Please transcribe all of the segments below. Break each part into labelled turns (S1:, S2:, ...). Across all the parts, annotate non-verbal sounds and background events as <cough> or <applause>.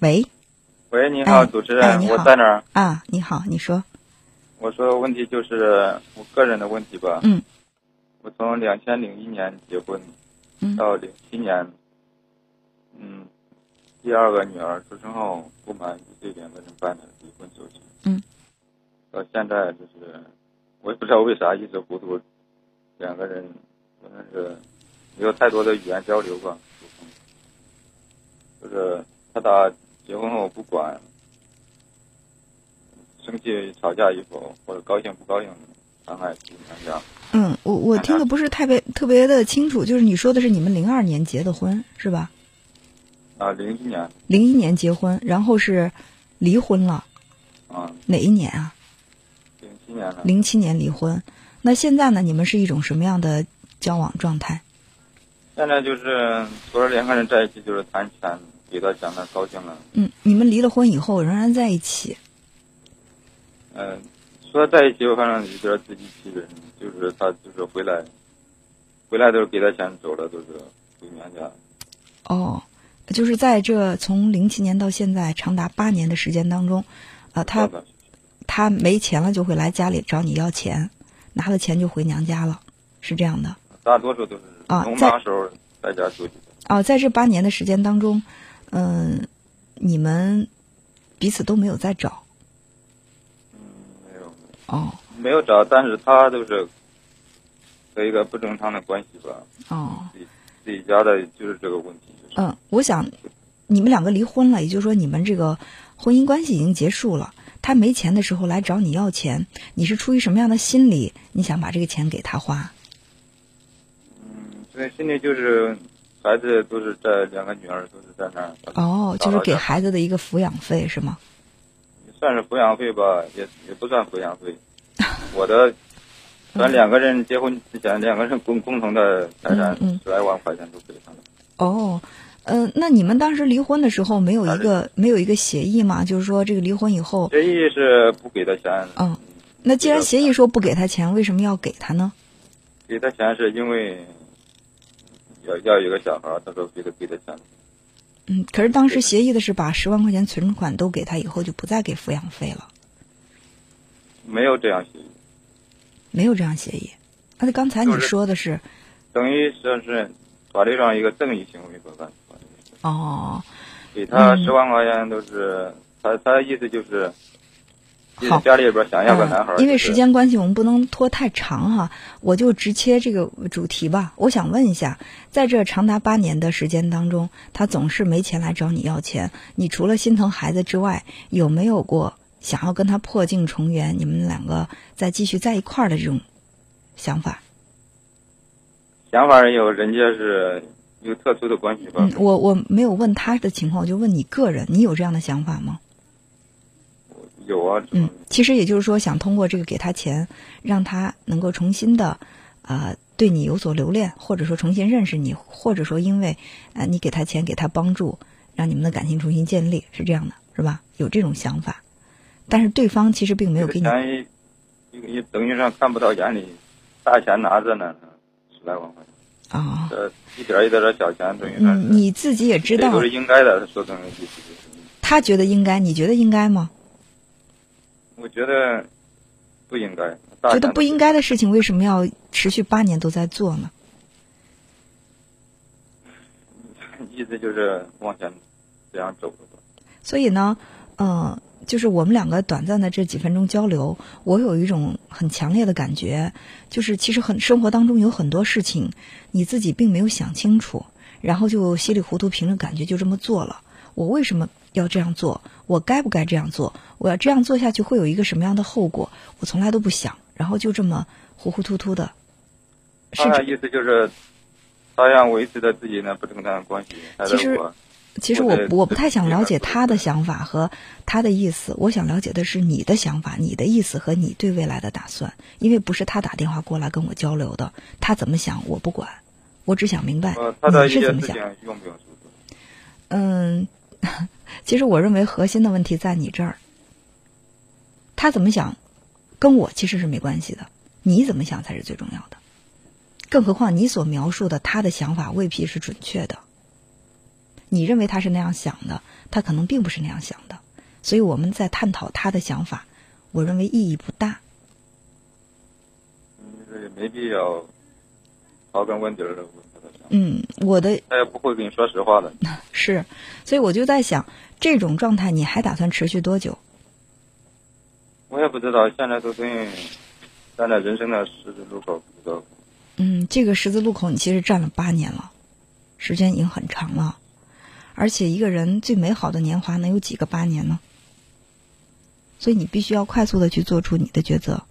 S1: 喂，
S2: 喂，你好，
S1: 哎
S2: 主持
S1: 哎
S2: 人，
S1: 你好
S2: 我在哪儿？
S1: 啊，你好，你说，
S2: 我说问题就是我个人的问题吧。
S1: 嗯。
S2: 我从两千零一年结婚
S1: 嗯
S2: 到零七年，嗯，第二个女儿出生后不满一岁两个人办的离婚手续。
S1: 嗯。
S2: 到现在就是，我也不知道为啥一直糊涂，两个人真的是没有太多的语言交流吧，就是他打结婚后不管生气吵架与否，或者高兴不高兴，伤害不影响。
S1: 嗯，我我听的不是特别特别的清楚，就是你说的是你们零二年结的婚是吧？
S2: 啊，零一年，
S1: 零一年结婚，然后是离婚了，
S2: 啊，
S1: 哪一年啊？
S2: 零七年了，
S1: 零七年离婚。那现在呢？你们是一种什么样的交往状态？
S2: 现在就是除了两个人在一起，就是谈钱，给他讲的高兴了。
S1: 嗯，你们离了婚以后仍然在一起。
S2: 嗯、说在一起，我反正就觉得自己欺人，就是他就是回来，回来都是给他钱走了，都是回娘家。
S1: 哦，就是在这从零七年到现在长达八年的时间当中，啊、他
S2: 的，
S1: 他没钱了就会来家里找你要钱，拿了钱就回娘家了，是这样的。
S2: 大多数都是
S1: 啊
S2: 农
S1: 在
S2: 忙时候在家休息的。
S1: 哦，在这八年的时间当中，嗯、你们彼此都没有再找
S2: 嗯，没有。
S1: 哦
S2: 没有找，但是他就是和一个不正常的关系吧，
S1: 哦，
S2: 自己家的就是这个问题，就是
S1: 嗯，我想你们两个离婚了，也就是说你们这个婚姻关系已经结束了。他没钱的时候来找你要钱，你是出于什么样的心理？你想把这个钱给他花？
S2: 嗯，所以心里就是孩子都是在两个女儿都是在那儿，
S1: 哦，就是给
S2: 打扰
S1: 孩子的一个抚养费是吗？
S2: 也算是抚养费吧，也也不算抚养费，
S1: <laughs>
S2: 我的。咱两个人结婚之前，两个人共共同的财产
S1: 嗯嗯
S2: 十来万块钱都给他了。
S1: 哦，嗯、那你们当时离婚的时候没有一
S2: 反
S1: 个没有一个协议吗？就是说这个离婚以后，
S2: 协议是不给他钱，
S1: 嗯，那既然协议说不给他钱，为什么要给他呢？
S2: 给他钱是因为要要有个小孩儿，他说给他给他钱，
S1: 嗯，可是当时协议的是把十万块钱存款都给他，以后就不再给抚养费了，
S2: 没有这样协议。
S1: 没有这样协议。那刚才你说的是，
S2: 等于说是法律上一个赠与行为吧，感觉
S1: 哦，
S2: 给他
S1: 嗯
S2: 十万块钱都是，他他的意思就是，就
S1: 好
S2: 是家里边想要个男孩儿，
S1: 嗯因为
S2: 就是
S1: 时间关系，我们不能拖太长哈、我就直切这个主题吧。我想问一下，在这长达八年的时间当中，他总是没钱来找你要钱，你除了心疼孩子之外，有没有过想要跟他破镜重圆，你们两个再继续在一块儿的这种想法？
S2: 想法儿也有，人家是有特殊的关系吧
S1: 嗯，，我我没有问他的情况，我就问你个人，你有这样的想法吗？
S2: 有啊，这
S1: 嗯
S2: 种，
S1: 其实也就是说，想通过这个给他钱，让他能够重新的，呃，对你有所留恋，或者说重新认识你，或者说因为，呃，你给他钱，给他帮助，让你们的感情重新建立，是这样的，是吧？有这种想法，但是对方其实并没有
S2: 这
S1: 给
S2: 个
S1: 你，
S2: 钱也也也等于上看不到眼里，大钱拿着呢，十来万块钱，
S1: 啊、
S2: 这一点儿一点儿的小钱等于上
S1: 嗯，你自己也知
S2: 这
S1: 道
S2: 都，是应该的，说成意思就是，
S1: 他觉得应该，你觉得应该吗？
S2: 我觉得不应该，大
S1: 觉
S2: 钱
S1: 得
S2: 都
S1: 不应该的事情，为什么要持续八年都在做呢？
S2: 意思就是往前这样走了吧。
S1: 所以呢，呃，就是我们两个短暂的这几分钟交流，我有一种很强烈的感觉，就是其实很生活当中有很多事情，你自己并没有想清楚，然后就稀里糊涂凭着感觉就这么做了。我为什么要这样做？我该不该这样做？我要这样做下去会有一个什么样的后果？我从来都不想，然后就这么糊糊涂涂的，是
S2: 他
S1: 这
S2: 的意思就是，他想维持着自己呢不正当的关系，害
S1: 其实
S2: 得我
S1: 其实
S2: 我
S1: 我
S2: 的
S1: 我不太想
S2: 这个
S1: 了解他的想法和他的意思，我想了解的是你的想法、你的意思和你对未来的打算。因为不是他打电话过来跟我交流的，他怎么想我不管，我只想明白
S2: 呃他的
S1: 哎你
S2: 一些
S1: 是怎
S2: 事
S1: 么想。
S2: 情用不用说？
S1: 嗯， <laughs> 其实我认为核心的问题在你这儿，他怎么想，跟我其实是没关系的，你怎么想才是最重要的。更何况你所描述的他的想法未必是准确的，你认为他是那样想的，他可能并不是那样想的。所以我们在探讨他的想法，我认为意义不大。
S2: 就是也没必要刨根问底儿的问他的想法，
S1: 嗯，我的
S2: 他也不会跟你说实话的。
S1: 是，所以我就在想，这种状态你还打算持续多久？
S2: 我也不知道，现在都等于站在人生的十字路口，不知道。
S1: 嗯，这个十字路口你其实站了八年了，时间已经很长了，而且一个人最美好的年华能有几个八年呢？所以你必须要快速的去做出你的抉择。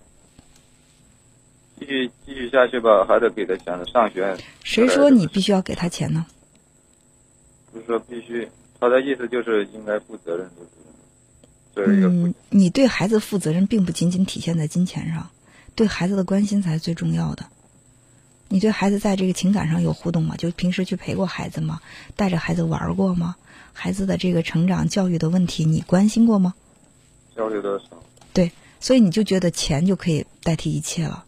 S2: 继续继续下去吧，还得给他钱上学。
S1: 谁说你必须要给他钱呢？
S2: 不是说必须，他的意思就是应该负责任，就是这是一个父
S1: 嗯
S2: 亲。，
S1: 你对孩子负责任，并不仅仅体现在金钱上，对孩子的关心才是最重要的。你对孩子在这个情感上有互动吗？就平时去陪过孩子吗？带着孩子玩过吗？孩子的这个成长教育的问题，你关心过吗？
S2: 交流的少，
S1: 所以你就觉得钱就可以代替一切了。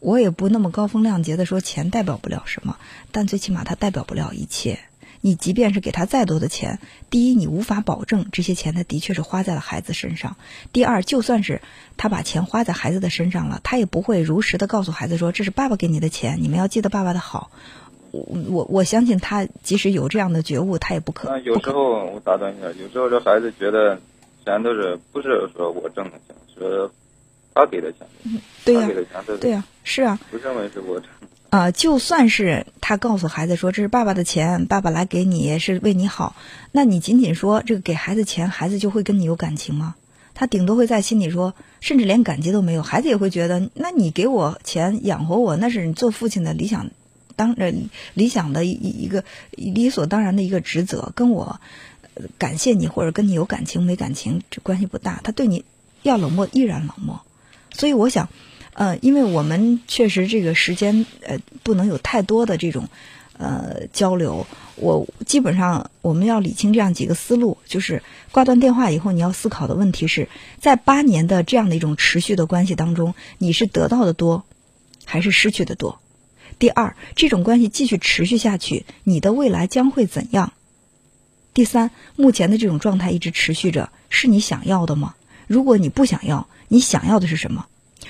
S1: 我也不那么高风亮节的说钱代表不了什么，但最起码它代表不了一切。你即便是给他再多的钱，第一，你无法保证这些钱他的确是花在了孩子身上；第二，就算是他把钱花在孩子的身上了，他也不会如实的告诉孩子说这是爸爸给你的钱，你们要记得爸爸的好。我我我相信他即使有这样的觉悟，他也不可
S2: 那啊有
S1: 不
S2: 时
S1: 可
S2: 候我打断一下，有时候这孩子觉得钱都是不是说我挣的钱，是他给的钱，
S1: 对呀、
S2: 他给的钱，他
S1: 对呀、是啊，
S2: 不认为是我挣。
S1: 啊，就算是他告诉孩子说这是爸爸的钱，爸爸来给你是为你好，那你仅仅说这个给孩子钱，孩子就会跟你有感情吗？他顶多会在心里说，甚至连感激都没有。孩子也会觉得，那你给我钱养活我，那是你做父亲的理想，当呃理想的一一个理所当然的一个职责，跟我呃感谢你或者跟你有感情没感情这关系不大。他对你要冷漠依然冷漠，所以我想。呃，因为我们确实这个时间呃不能有太多的这种呃交流。我基本上我们要理清这样几个思路，就是挂断电话以后，你要思考的问题是在八年的这样的一种持续的关系当中，你是得到的多，还是失去的多？第二，这种关系继续持续下去，你的未来将会怎样？第三，目前的这种状态一直持续着，是你想要的吗？如果你不想要，你想要的是什么？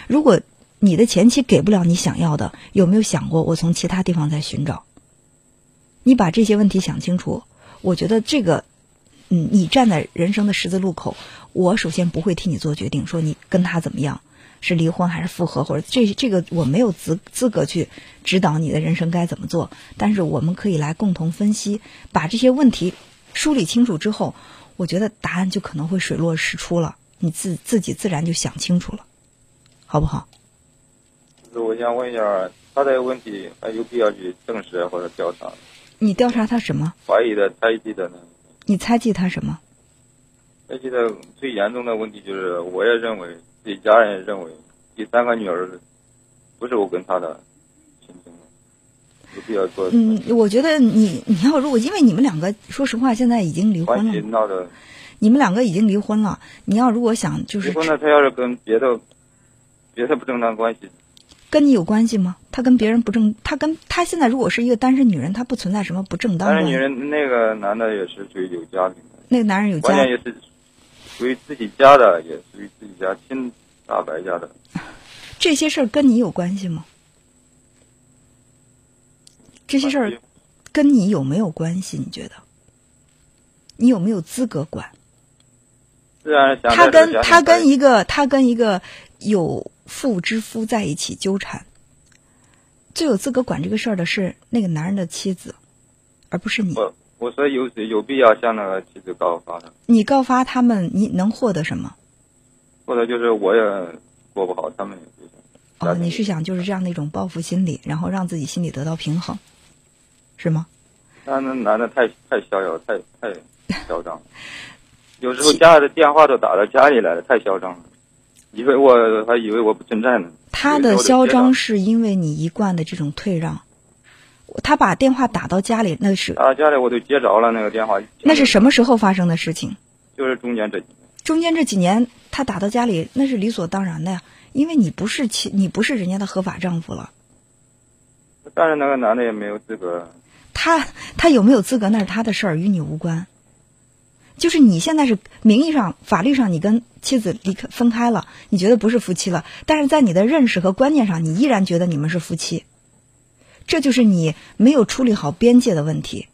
S1: 如果你的前妻给不了你想要的，有没有想过我从其他地方再寻找？你把这些问题想清楚，我觉得这个，嗯，你站在人生的十字路口，我首先不会替你做决定，说你跟他怎么样，是离婚还是复合，或者这这个我没有资资格去指导你的人生该怎么做，但是我们可以来共同分析，把这些问题梳理清楚之后，我觉得答案就可能会水落石出了，你自自己自然就想清楚了，好不好？
S2: 就是我想问一下，他这个问题还有必要去证实啊或者调查？
S1: 你调查他什么？
S2: 怀疑的、猜忌的呢？
S1: 你猜忌他什么？
S2: 猜忌的最严重的问题就是，我也认为，自己家人也认为，第三个女儿不是我跟他的亲生的，有必要做
S1: 嗯，我觉得你你要如果因为你们两个，说实话，现在已经离婚
S2: 关
S1: 了
S2: 系
S1: 嘛，
S2: 闹得。
S1: 你们两个已经离婚了。你要如果想就
S2: 离
S1: 是
S2: 婚了，他要是跟别的别的不正当关系，
S1: 跟你有关系吗？他跟别人不正，他跟他现在如果是一个单身女人，她不存在什么不正当
S2: 但
S1: 的
S2: 是。女人那个男的也是属于有家庭的，
S1: 那个男人有
S2: 关键
S1: 家，
S2: 也是属于自己家的，也属于自己家亲大伯家的。
S1: 这些事儿跟你有关系吗？这些事儿跟你有没有关系？你觉得？你有没有资格管？
S2: 自然啊想
S1: 他
S2: 在这
S1: 跟
S2: 个家庭
S1: 他跟
S2: 待
S1: 一个他跟一个有妇之夫在一起纠缠，最有资格管这个事儿的是那个男人的妻子，而不是你。
S2: 我我说有有必要向那个妻子告发的，
S1: 你告发他们，你能获得什么？哦
S2: 或者就是我也过不好，他们也不行。
S1: 哦，
S2: 家庭
S1: 你是想就是这样的一种报复心理，然后让自己心里得到平衡，是吗？
S2: 那那男的太太逍遥，太太嚣张
S1: <laughs>
S2: 了，有时候家里的电话都打到家里来了，太嚣张了，以为我还以为我不存在呢。
S1: 他
S2: 以为
S1: 的
S2: 我得
S1: 嚣
S2: 接到
S1: 张是因为你一贯的这种退让，他把电话打到家里，那是
S2: 啊，家里我都接着了那个电话。
S1: 那是什么时候发生的事情？
S2: 就是中间这几年，
S1: 中间这几年他打到家里，那是理所当然的呀，因为你不是妻，你不是人家的合法丈夫了。
S2: 但是那个男的也没有资格。
S1: 他他有没有资格那是他的事儿，与你无关。就是你现在是名义上、法律上你跟妻子离开分开了，你觉得不是夫妻了，但是在你的认识和观念上，你依然觉得你们是夫妻，这就是你没有处理好边界的问题，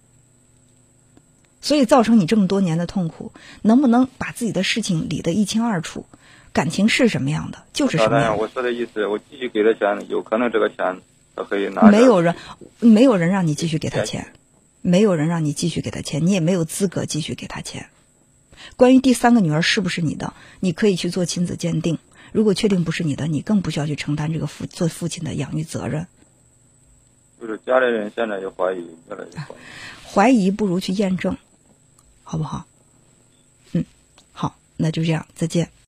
S1: 所以造成你这么多年的痛苦。能不能把自己的事情理得一清二楚？感情是什么样的，就是什么
S2: 当
S1: 样
S2: 然，
S1: 的。
S2: 我说的意思，我继续给他钱，有可能这个钱他可以拿着。
S1: 没有人，没有人让你继续给他钱，没有人让你继续给他钱，你也没有资格继续给他钱。关于第三个女儿是不是你的，你可以去做亲子鉴定。如果确定不是你的，你更不需要去承担这个父做父亲的养育责任。
S2: 就是家里人现在也怀疑，越来越怀疑。
S1: 怀疑不如去验证，好不好？嗯，好，那就这样，再见。